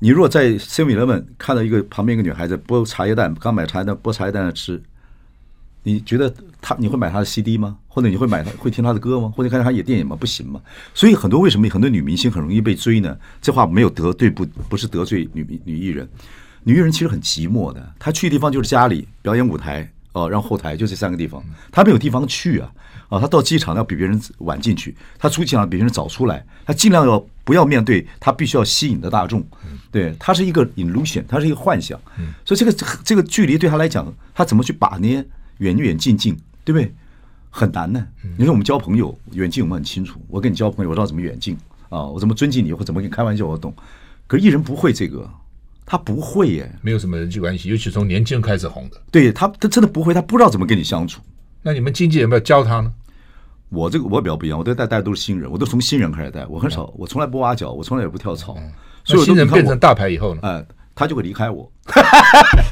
A: 你如果在 Seven Eleven 看到一个旁边一个女孩子剥茶叶蛋，刚买茶叶蛋剥茶叶蛋吃，你觉得他你会买他的 CD 吗？或者你会买他会听他的歌吗？或者看他演电影吗？不行吗？所以很多为什么很多女明星很容易被追呢？这话没有得对不不是得罪女明女艺人，女艺人其实很寂寞的，她去的地方就是家里表演舞台哦，让后台就这三个地方，她没有地方去啊啊！她到机场要比别人晚进去，她出机场比别人早出来，她尽量要不要面对她必须要吸引的大众，对，她是一个 illusion，她是一个幻想，所以这个这个距离对她来讲，她怎么去把捏？远远近近，对不对？很难呢。
D: 嗯
A: 你说我们交朋友，远近我们很清楚。我跟你交朋友，我知道怎么远近啊，我怎么尊敬你，或怎么跟你开玩笑，我懂。可是艺人不会这个，他不会耶。
D: 没有什么人际关系，尤其从年轻人开始红的。
A: 对他，他真的不会，他不知道怎么跟你相处。
D: 那你们经纪人有没有教他呢？
A: 我这个我比较不一样，我都带带的都是新人，我都从新人开始带，我很少，我从来不挖角，我从来也不跳槽，所以
D: 那
A: 我都
D: 嗯新人
A: 你看我
D: 变成大牌以后呢？
A: 呃，他就会离开我，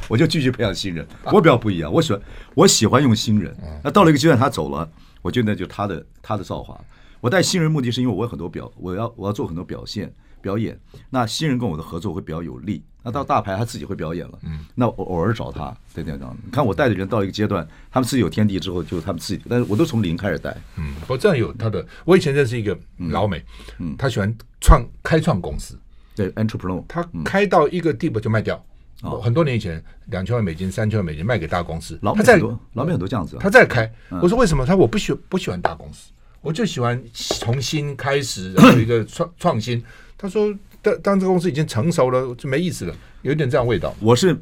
A: 我就继续培养新人。
D: 啊
A: 我比较不一样，我喜欢我喜欢用新人。
D: 嗯
A: 那到了一个阶段，他走了，我觉得那就是他的他的造化。我带新人目的是因为我有很多表，我要我要做很多表现表演。那新人跟我的合作会比较有利。那到大牌他自己会表演了，
D: 嗯
A: 那我偶尔找他，对对对。你看我带的人到一个阶段，他们自己有天地之后，就他们自己，但是我都从零开始带。
D: 嗯，不，这样有他的。我以前认识一个
A: 嗯
D: 老美，他喜欢创开创公司，
A: 对，entrepreneur，
D: 他开到一个地步就卖掉。
A: 嗯
D: 很多年以前，两千万美金、三千万美金卖给大公司，
A: 哦老
D: 他
A: 美
D: 在
A: 很多，老美很多这样子啊。
D: 他再开。我说为什么？他说我不喜不喜欢大公司，我就喜欢从新开始，然后一个创创新。他说，当当这个公司已经成熟了，就没意思了，有一点这样味道。
A: 我是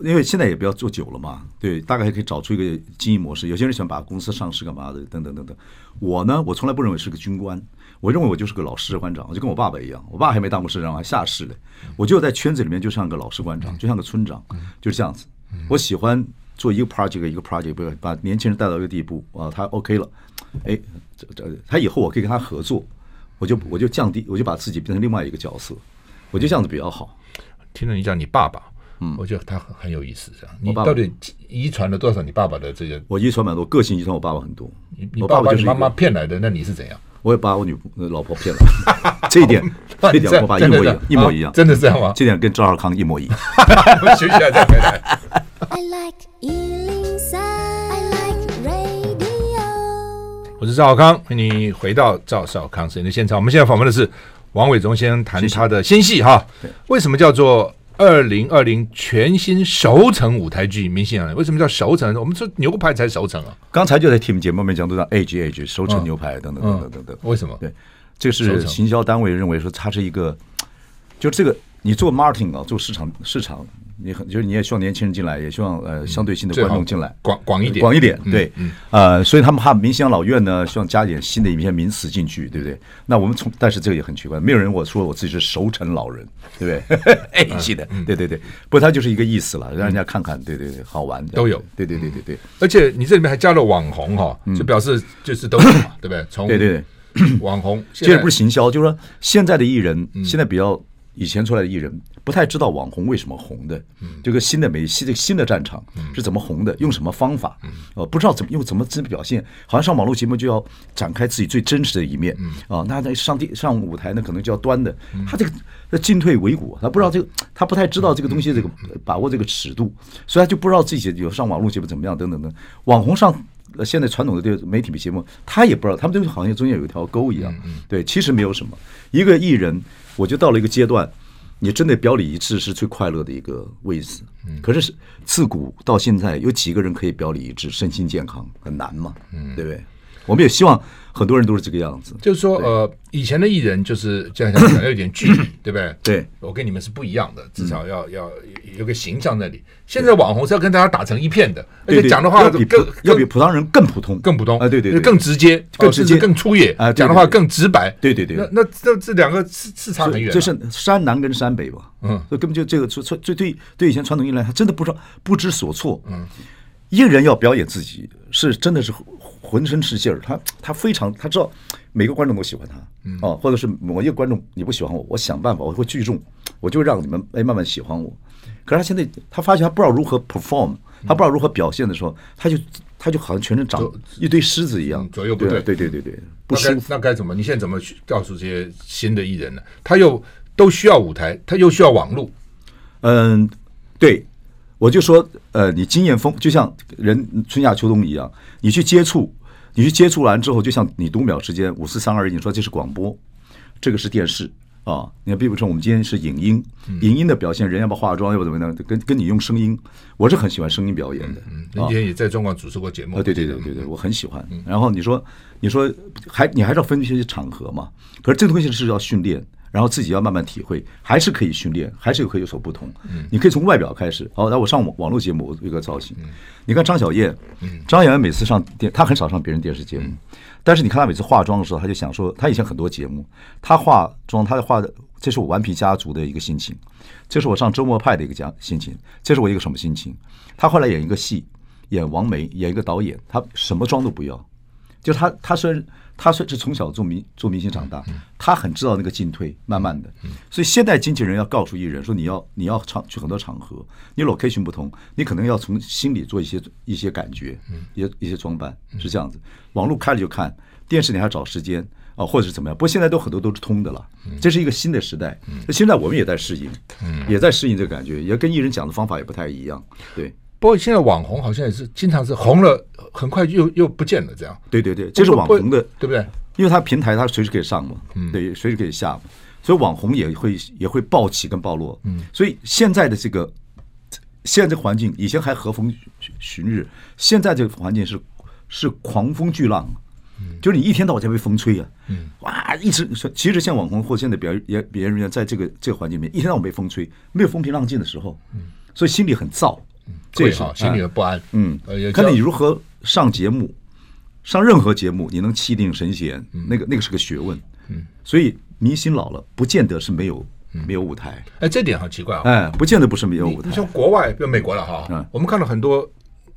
A: 因为现在也不要做久了嘛，对，大概可以找出一个经营模式。有些人喜欢把公司上市干嘛的，等等等等。我呢，我从来不认为是个军官，我认为我就是个老士官长，我就跟我爸爸一样，我爸还没当过市长，还下士嘞。我就在圈子里面就像个老士官长，就像个村长，就是这样子。我喜欢做一个 project 一个 project，不要把年轻人带到一个地步啊，他 OK 了，哎，这这他以后我可以跟他合作，我就我就降低，我就把自己变成另外一个角色，我觉得这样子比较好。
D: 听了你讲你爸爸，我觉得他很很有意思。这样，你
A: 嗯爸爸
D: 到底遗传了多少你爸爸的这个？
A: 我遗传蛮多，个性遗传我爸爸很多
D: 你。你
A: 我
D: 爸
A: 爸
D: 爸、
A: 就是
D: 你
A: 一个
D: 妈妈，骗来的，那你是怎样？
A: 我也把我女呃老婆 骗了，这一点，这一点跟我爸一
D: 真的
A: 模一
D: 这
A: 样
D: 样，
A: 一模一样
D: 啊， 真的这样吗？
A: 这点跟赵少康一模一样。
D: 学起来再回来。
B: I like Ealing Sound. I like radio.
D: 我是赵少康，欢迎你回到赵少康时间的现场。我们现在访问的是王伟忠先生，谈他的新戏哈，为什么叫做二零二零全新首城舞台剧《明星演员》？为什么叫首城？我们说牛排才首城啊，
A: 刚才就在 team 节目里面讲
D: 嗯
A: 都讲 age age 收成牛排等等等等等等。
D: 为什么？
A: 对，这
D: 嗯收
A: 是
D: 成
A: 行销单位认为说它是一个，就这个你做 marketing 啊，做市场市场，你很就是你也希望年轻人进来，也希望呃相对性的
D: 嗯最
A: 观
D: 好
A: 众进来，
D: 广广一点
A: 广一点，
D: 嗯
A: 对，呃，所以他们怕明星养老院呢，希望加一点新的一些名词进去，对不对？那我们从，但是这个也很奇怪，没有人我说我自己是熟成老人，对不 对
D: 嗯
A: ？A 系的，对对对，不过它就是一个意思了，让人家看看，对对对，好玩
D: 都有嗯
A: 对对对对对
D: 而且你这里面还加了网红哈、就表示就是都有嘛，对不对？
A: 嗯
D: 从
A: 对对对。
D: 网红，
A: 这
D: 现在嗯
A: 也不是行销，就是说现在的艺人，现在比较以前出来的艺人，不太知道网红为什么红的，
D: 嗯
A: 这个新的媒新这个新的战场是怎么红的，用什么方法，
D: 嗯
A: 呃，不知道怎么用怎么怎么表现，好像上网络节目就要展开自己最真实的一
D: 嗯
A: 面啊，那在上地上舞台呢，可能就要端的，他这个呃进退维谷，他不知道这个，他不太知道这个东
D: 嗯
A: 西这个把握这个尺度，所以他就不知道自己有上网络节目怎么样等等等，网红上。呃，现在传统的这个媒体节目，他也不知道，他们这个行业中间有一条沟一样。
D: 嗯
A: 对，其实没有什么。一个艺人，我觉得到了一个阶段，你真的表里一致是最快乐的一个位置。
D: 嗯
A: 可是自古到现在，有几个人可以表里一致、身心健康？很难嘛，
D: 嗯
A: 对不对？我们也希望很多人都是这个样子。
D: 就是说呃，以前的艺人就是这样讲讲，要有点距 离，对不对？
A: 对，嗯
D: 我跟你们是不一样的，至少要要有有个形象那里。现在网红是要跟大家打成一片的，而
A: 对
D: 且
A: 对
D: 讲的话
A: 要比
D: 更
A: 普要比
D: 更
A: 普通人更普通，
D: 更普通
A: 啊，对对对，
D: 更直接，
A: 更
D: 哦
A: 直接
D: 甚至更粗野
A: 啊对对
D: 讲的话
A: 对
D: 更直白。
A: 对对对
D: 那那这这两个是是差很远啊，
A: 这是山南跟山北吧？
D: 嗯
A: 所以根本就这个，所以对对以前传统艺人来，他真的不知道不知所措。嗯，一个人要表演自己，是真的是浑身是劲儿，他他非常他知道每个观众都喜欢他，嗯啊，或者是某一个观众你不喜欢我，我想办法我会聚众，我就让你们哎慢慢喜欢我。可是他现在他发觉他不知道如何 perform，他不
D: 嗯
A: 知道如何表现的时候，他就他就好像全身长一堆虱子一样
D: 嗯，左右不对
A: 对对对对，不
D: 那
A: 舒
D: 该
A: 服。
D: 那该怎么？你现在怎么去告诉这些新的艺人呢？他又都需要舞台，他又需要网络，
A: 嗯，对，我就说，呃，你经验丰，就像人春夏秋冬一样，你去接触，你去接触完之后，就像你读秒时间五四三二一，你说这是广播，这个是电视啊。你看，比如说我们今天是影音，
D: 嗯
A: 影音的表现，人要不要化妆，要不怎么样，跟跟你用声音，我是很喜欢声音表演的。
D: 嗯，
A: 啊
D: 人前也在中广主持过节目，
A: 啊，对对对对对，我很喜欢。然后你说，你说还你还是要分这些场合嘛？可是这个东西是要训练，然后自己要慢慢体会，还是可以训练，还是可以有所不同。你可以从外表开始。好，那我上网网络节目，我有一个造型。你看张小燕，张小燕每次上电，她很少上别人电视节目，但是你看她每次化妆的时候，她就想说，她以前很多节目，她化妆，她的化的。这是我顽皮家族的一个心情，这是我上周末派的一个家心情，这是我一个什么心情？她后来演一个戏，演王梅，演一个导演，他什么妆都不要，就他他虽然他虽然是从小做明做明星长大，
D: 嗯
A: 他很知道那个进退，慢慢的。所以现在经纪人要告诉艺人说，你要你要场去很多场合，你 location 不同，你可能要从心里做一些一些感觉，
D: 嗯
A: 一些一些装扮是这样子。网络开了就看，电视你还要找时间。啊，或者是怎么样？不过现在都很多都是通的了，
D: 嗯
A: 这是一个新的时代。那现在我们也在适应，也在适应这个感觉，也跟艺人讲的方法也不太一样。对，
D: 不过现在网红好像也是经常是红了，很快又又不见了，这样。
A: 对对对，这是网红的
D: 对哎不对？
A: 因为它平台它随时可以上嘛，对，随时可以下嘛，所以网红也会也会暴起跟暴落，嗯，所以现在的这个现在这个环境，以前还和风巡巡日，现在这个环境是是狂风巨浪，啊就是你一天到晚在被风吹啊，嗯，哇，一直其实像网红或现在表演表演人员在这个这个环境里面，一天到晚被风吹，没有风平浪静的时候，嗯，所以心里很燥，这也
D: 会
A: 是
D: 哈，心里
A: 哎
D: 很不安。
A: 嗯
D: 呃也，
A: 看
D: 叫
A: 你如何上节目，上任何节目，你能气定神闲，那个那个是个学问。嗯，所以明星老了，不见得是没有没有舞台，
D: 哎，这点好奇怪啊、
A: 哎，不见得不是没有
D: 你
A: 舞
D: 你
A: 台。
D: 像国外，比如美国了哈，
A: 嗯
D: 我们看到很多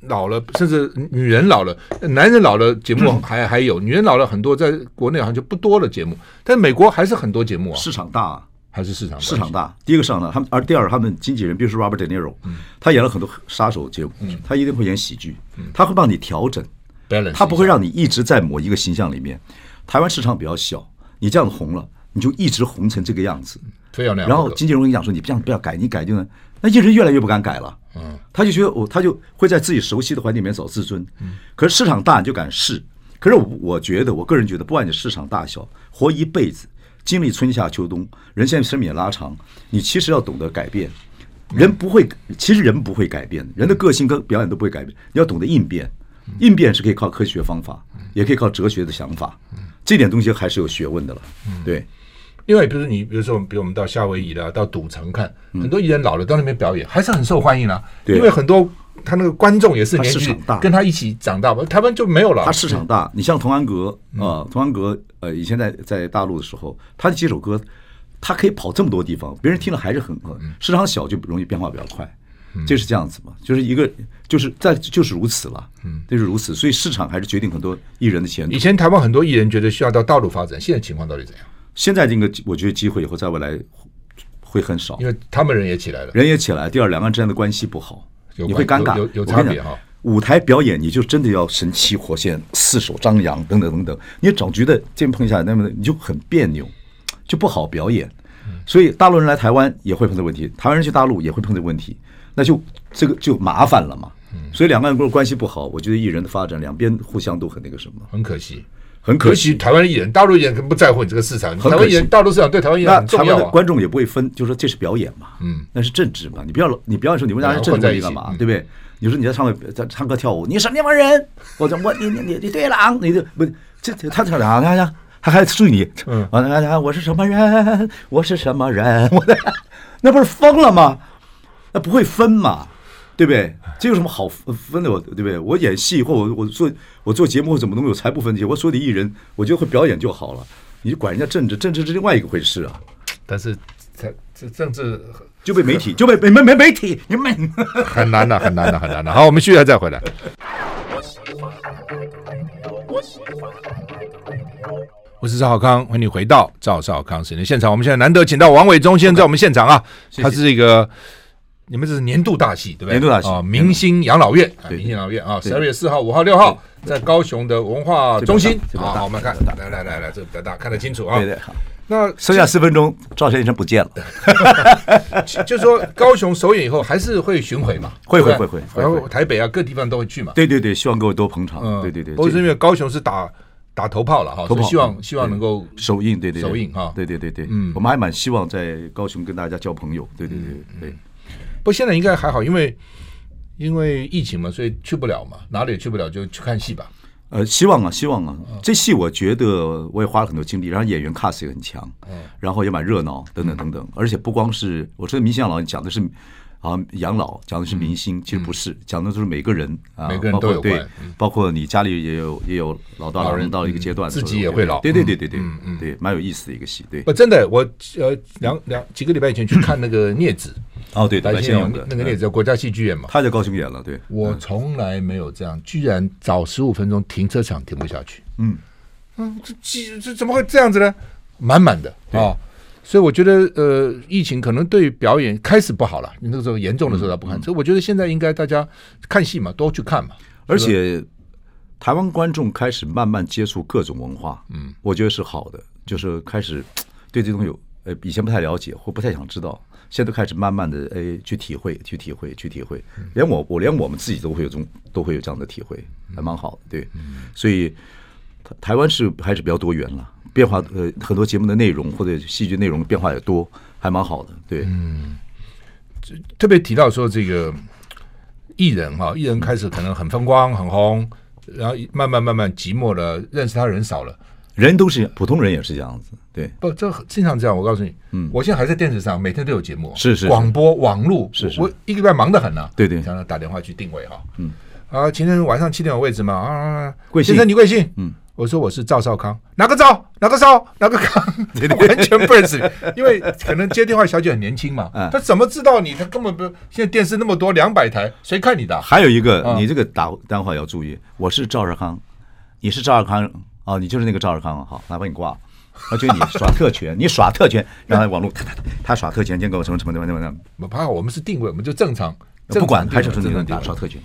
D: 老了，甚至女人老了、男人老了节
A: 嗯
D: 目还、还有，女人老了很多，在国内好像就不多了节目，但美国还是很多节目啊，
A: 市场大啊，
D: 还是市场
A: 市
D: 关系
A: 场大。第一个市场大，他们而第二，他们经纪人，比如说 Robert De Niro，他
D: 嗯
A: 演了很多杀手节目，他一定会演喜剧，
D: 嗯
A: 他会帮你调整。
D: balance，
A: 他不会让你一直在某一个形象里面。台湾市场比较小，你这样红了，你就一直红成这个样子。
D: 非要那样。
A: 然后经纪人跟你讲说，你这样不要改，你改就能，那艺人越来越不敢改了。
D: 嗯，
A: 他就觉得我，他就会在自己熟悉的环境里面找自尊。
D: 嗯
A: 可是市场大，你就敢试。可是我我觉得，我个人觉得，不管你市场大小，活一辈子，经历春夏秋冬，人现在生命也拉长，你其实要懂得改变。
D: 嗯
A: 人不会，其实人不会改变，人的个性跟表演都不会改变。你要懂得应变，
D: 嗯
A: 应变是可以靠科
D: 嗯
A: 学方法，也可以靠哲学的想法，这点东西还是有学问的了。对，
D: 另外，比如说你，比如说，比如我们到夏威夷啦，到赌城看，很多艺人老了到那边表演，还是很受欢迎啦。
A: 嗯对
D: 因为很多他那个观众也是
A: 他
D: 年
A: 市
D: 纪
A: 场大
D: 跟他一起长大吧，台湾就没有了。嗯
A: 他市场大。你像童安格啊、呃，童安格呃，以前在在大陆的时候，他的几首歌，他可以跑这么多地方，别人听了还是很很市场小就容易变化比较快，这是这样子嘛？就是一个就是在就是如此了，嗯，就是如此。所以市场还是决定很多艺人的前途
D: 以。前台湾很多艺人觉得需要到道路发展，现在情况到底怎样？
A: 现在这个我觉得机会以后在未来会很少
D: 因，为他们人也起来了，
A: 哦人也起来。第二，两岸之间的关系不好，
D: 有
A: 你会
D: 关
A: 尴尬，
D: 有有有
A: 我跟你
D: 差
A: 讲
D: 别哈。
A: 舞台表演你就真的要神气活现、四手张扬等等等等，你找局的见碰一下，那么你就很别扭，就不好表演。
D: 嗯
A: 所以大陆人来台湾也会碰这问题，台湾人去大陆也会碰这问题，那就这个就麻烦了嘛。
D: 嗯
A: 所以两岸如果关系不好，我觉得艺人的发展两边互相都很那个什么，
D: 很可惜。
A: 很
D: 尤
A: 可惜
D: 其。台湾艺人，大陆艺人更不在乎你这个市场，
A: 很可惜
D: 台湾艺人大陆市场对台湾艺人
A: 那
D: 很
A: 台
D: 重
A: 湾
D: 要
A: 的
D: 啊。
A: 观众也不会分，就说这是表演嘛，嗯，那是政治嘛，你不要你表演的时候你问大家
D: 两个
A: 政
D: 混
A: 治
D: 在
A: 问题
D: 一
A: 干
D: 起
A: 嘛
D: 嗯，
A: 对不对？你说你在唱歌在唱歌跳舞，你什么地方人？我讲我你你你你对了啊，你就不这这他他啥他呀？他还注意你，
D: 嗯
A: 啊，他他我是什么人？我是什么人？我的那不是疯了吗？那不会分嘛，对不对？这有什么好分分的？我对不对？我演戏或我我做我做节目或怎么东西，我才不分这些。我所有的艺人，我觉得会表演就好了。你就管人家政治，政治是另外一个回事啊。
D: 但是这这政治
A: 就被媒体就被没没媒体，你们
D: 很难呐、很难呐、很难呐、好，我们续后再回来。我是赵少康，欢迎你回到赵少康时间现场。我们现在难得请到王伟忠先生在我们现场啊，他是一个你们这是年度大戏对不对？
A: 年度大戏
D: 啊，明星养老院，啊
A: 对
D: 明星养老院啊，
A: 对
D: 十二月四号、五号、六号在高雄的文化中心
A: 这边大这
D: 啊，
A: 边大
D: 好我们看，来来来来，这个比较大，看得清楚啊。
A: 对对，好，
D: 那
A: 剩下四分钟，赵先生不见了，
D: 就就说高雄首演以后还是会巡回嘛？
A: 会
D: 对不对
A: 会会会会
D: 然后台北啊各地方都会去嘛？
A: 对对对，希望各位多捧场，对对对，
D: 嗯不过是因
A: 这
D: 为高雄是打打头炮了哈，
A: 头
D: 所以
A: 炮
D: 希望
A: 嗯
D: 希望能够
A: 首映，对对对
D: 首映哈
A: 对对对对，
D: 嗯
A: 我们还蛮希望在高雄跟大家交朋友，对对
D: 嗯
A: 对对，
D: 不，现在应该还好，因为因为疫情嘛，所以去不了嘛，哪里也去不了，就去看戏吧。
A: 呃，希望啊，希望啊，
D: 嗯
A: 这戏我觉得我也花了很多精力，然后演员 cast 也很强，
D: 嗯
A: 然后也蛮热闹，等等等等，而且不光是我说的明星养老，讲的是。啊，养老讲的是明星，其实不是，讲的就是每个人啊，
D: 嗯每个人
A: 包括
D: 都有
A: 对
D: 关，嗯
A: 包括你家里也有也有老大
D: 老
A: 老
D: 人
A: 人到了一个阶段
D: 嗯
A: 的时候，
D: 自己也会老
A: 对对对对对
D: 嗯嗯
A: 对，蛮有意思的一个戏，对
D: 不，真的，我呃两两几个礼拜以前去看那个《镊子
A: 哦对》，
D: 白
A: 白
D: 先
A: 先
D: 勇
A: 勇的嗯
D: 那个《镊子》，国家戏剧院嘛。
A: 他在高雄演了，对，
D: 我从来没有这样，居然早十五分钟停车场停不下去。
A: 嗯，
D: 嗯，这这这怎么会这样子呢？满满的啊、所以我觉得呃，疫情可能对表演开始不好了，你那个时候严重的时候他不看，所以我觉得现在应该大家看戏嘛，多去看嘛。
A: 而且台湾观众开始慢慢接触各种文化，嗯，我觉得是好的，就是开始对这东西有呃以前不太了解或不太想知道，现在都开始慢慢的哎去体会、去体会、去体会，
D: 嗯
A: 连我我连我们自己都会有这种都会有这样的体会，
D: 嗯
A: 还蛮好的，对，所以台台湾是还是比较多元了。变化呃，很多节目的内容或者戏剧内容变化也多，还蛮好的。对，
D: 嗯特别提到说这个艺人哈、艺人开始可能很风光、很红，然后慢慢慢慢寂寞了，认识他人少了。
A: 人都是普通人也是这样子。对，
D: 不，这很经常这样。我告诉你，嗯，我现在还在电视上，每天都有节目，
A: 是是是
D: 广播、网络，
A: 是是
D: 我我一个礼拜忙得很呐、
A: 对对
D: 常常打电话去定位哈，嗯，啊，秦晨晚上七点有位置嘛？啊，
A: 贵姓
D: 先生你贵姓？嗯。我说我是赵少康，哪个赵？哪个少？哪个康？完全不认识你，因为可能接电话小姐很年轻嘛
A: 嗯，
D: 她怎么知道你？她根本不。现在电视那么多，两百台，谁看你的啊？
A: 还有一个，
D: 嗯
A: 你这个打电话也要注意。我是赵尔康，你是赵尔康哦，你就是那个赵尔康啊。好，那把你挂了。他觉得你耍特 权，你耍特权，然后网络他他他耍特权，今天跟我什么什么什么什么什么，
D: 我怕我们是定位，我们就正常，
A: 不管还是纯粹
D: 纯正
A: 的
D: 常定
A: 打
D: 位
A: 耍特 权。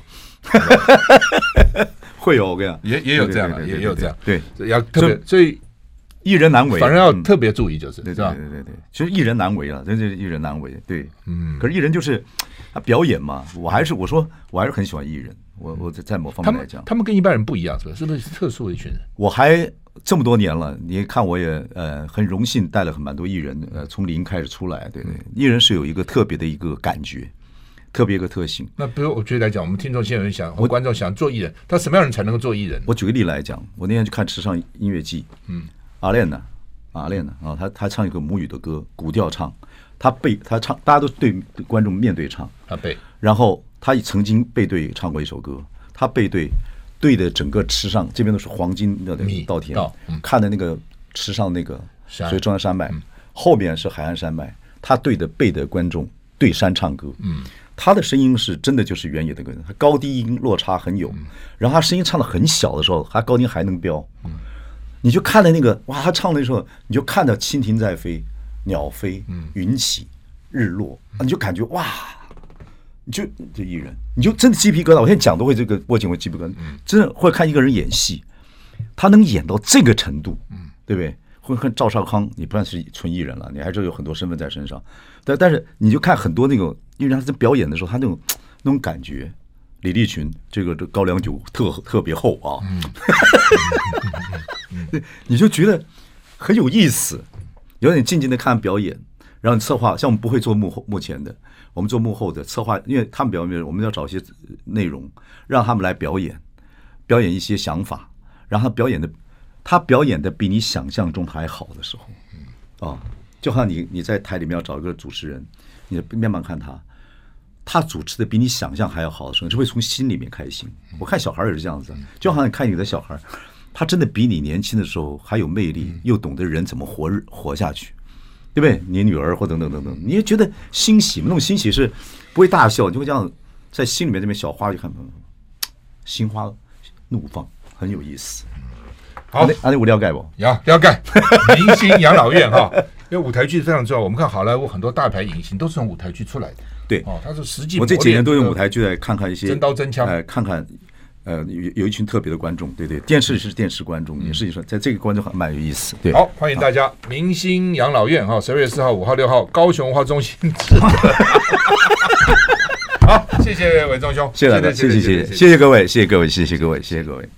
A: 会有我跟你讲，
D: 也也有这样
A: 对
D: 的，
A: 对对
D: 也
A: 对
D: 也有这样，
A: 对，
D: 所以要特别，所以
A: 一人难为，
D: 反正要
A: 嗯
D: 特别注意，就是
A: 对
D: 是
A: 对
D: 吧
A: 对？对对对，其实一人难为啊，真是一人难为。对，嗯，可是艺人就是他表演嘛，我还是我说我还是很喜欢艺人，我我在在某方
D: 他
A: 面来
D: 们
A: 讲，
D: 他们跟一般人不一样，是吧？是不是特殊的一群人？
A: 我还这么多年了，你看我也呃很荣幸带了很蛮多艺人，呃从零开始出来，对
D: 嗯
A: 对，艺人是有一个特别的一个感觉，特别一个特性。
D: 那比如我觉得来讲，我们听众现在有人想，或观众想做艺人，他什么样的人才能够做艺人？
A: 我举个例来讲，我那天去看《池上音乐季》，嗯，阿练呢，马练的啊，他他唱一个母语的歌，古调唱，他背他唱，大家都对观众面对唱，
D: 啊对，
A: 然后他曾经背对唱过一首歌，他背对对着整个池上这边都是黄金的
D: 米
A: 稻田
D: 稻，嗯
A: 看的那个池上那个
D: 山
A: 所以中央山脉，后面是海岸山脉，他对着背的观众对山唱歌，嗯，他的声音是真的就是原野的歌，他高低音落差很有，然后他声音唱的很小的时候，他高音还能飙，你就看着那个哇，他唱的时候，你就看到蜻蜓在飞，鸟飞，云起，日落，啊你就感觉哇，你就这艺人，你就真的鸡皮疙瘩。我现在讲都会这个握紧我鸡皮疙瘩，真的会看一个人演戏，他能演到这个程度，对不对？会看赵少康，你不算是纯艺人了，你还是有很多身份在身上，但但是你就看很多那种，因为他在表演的时候，他那种那种感觉。李立群，这个这高粱酒特特别厚啊， 你就觉得很有意思，有点静静的看表演，然后你策划，像我们不会做幕后幕前的，我们做幕后的策划，因为他们表演，我们要找一些呃内容，让他们来表演，表演一些想法，然后他表演的，他表演的比你想象中还好的时候，啊、就好像你你在台里面要找一个主持人，你面慢看他，他主持的比你想象还要好的时候，你是会从心里面开心。我看小孩儿也是这样子，就好像你看你的小孩儿，他真的比你年轻的时候还有魅力，又懂得人怎么活日活下去，对不对？你女儿或等等等等，你也觉得欣喜嘛？那种欣喜是不会大笑，你就会这样在心里面这边小花就看，嗯心花怒放，很有意思。
D: 好
A: 啊，那啊那无聊盖不？
D: 要要盖 明星养老院哈，因为舞台剧非常重要。我们看好莱坞很多大牌影星都是从舞台剧出来的，
A: 对，
D: 哦，他是实际
A: 我这
D: 磨
A: 几年
D: 练
A: 都用舞
D: 的
A: 台剧来看看一些
D: 真刀真枪
A: 呃，看看呃，有有一群特别的观众，对对，电视是电视观众，也是一说，在这个观众还蛮有意思，对。
D: 嗯好，欢迎大家！明星养老院哈，十二月四号、五号、六号，高雄文化中心 值得。好，谢谢伟忠兄，
A: 谢谢大家，谢谢谢谢谢谢各位，谢谢各位，谢谢各位，谢谢各位。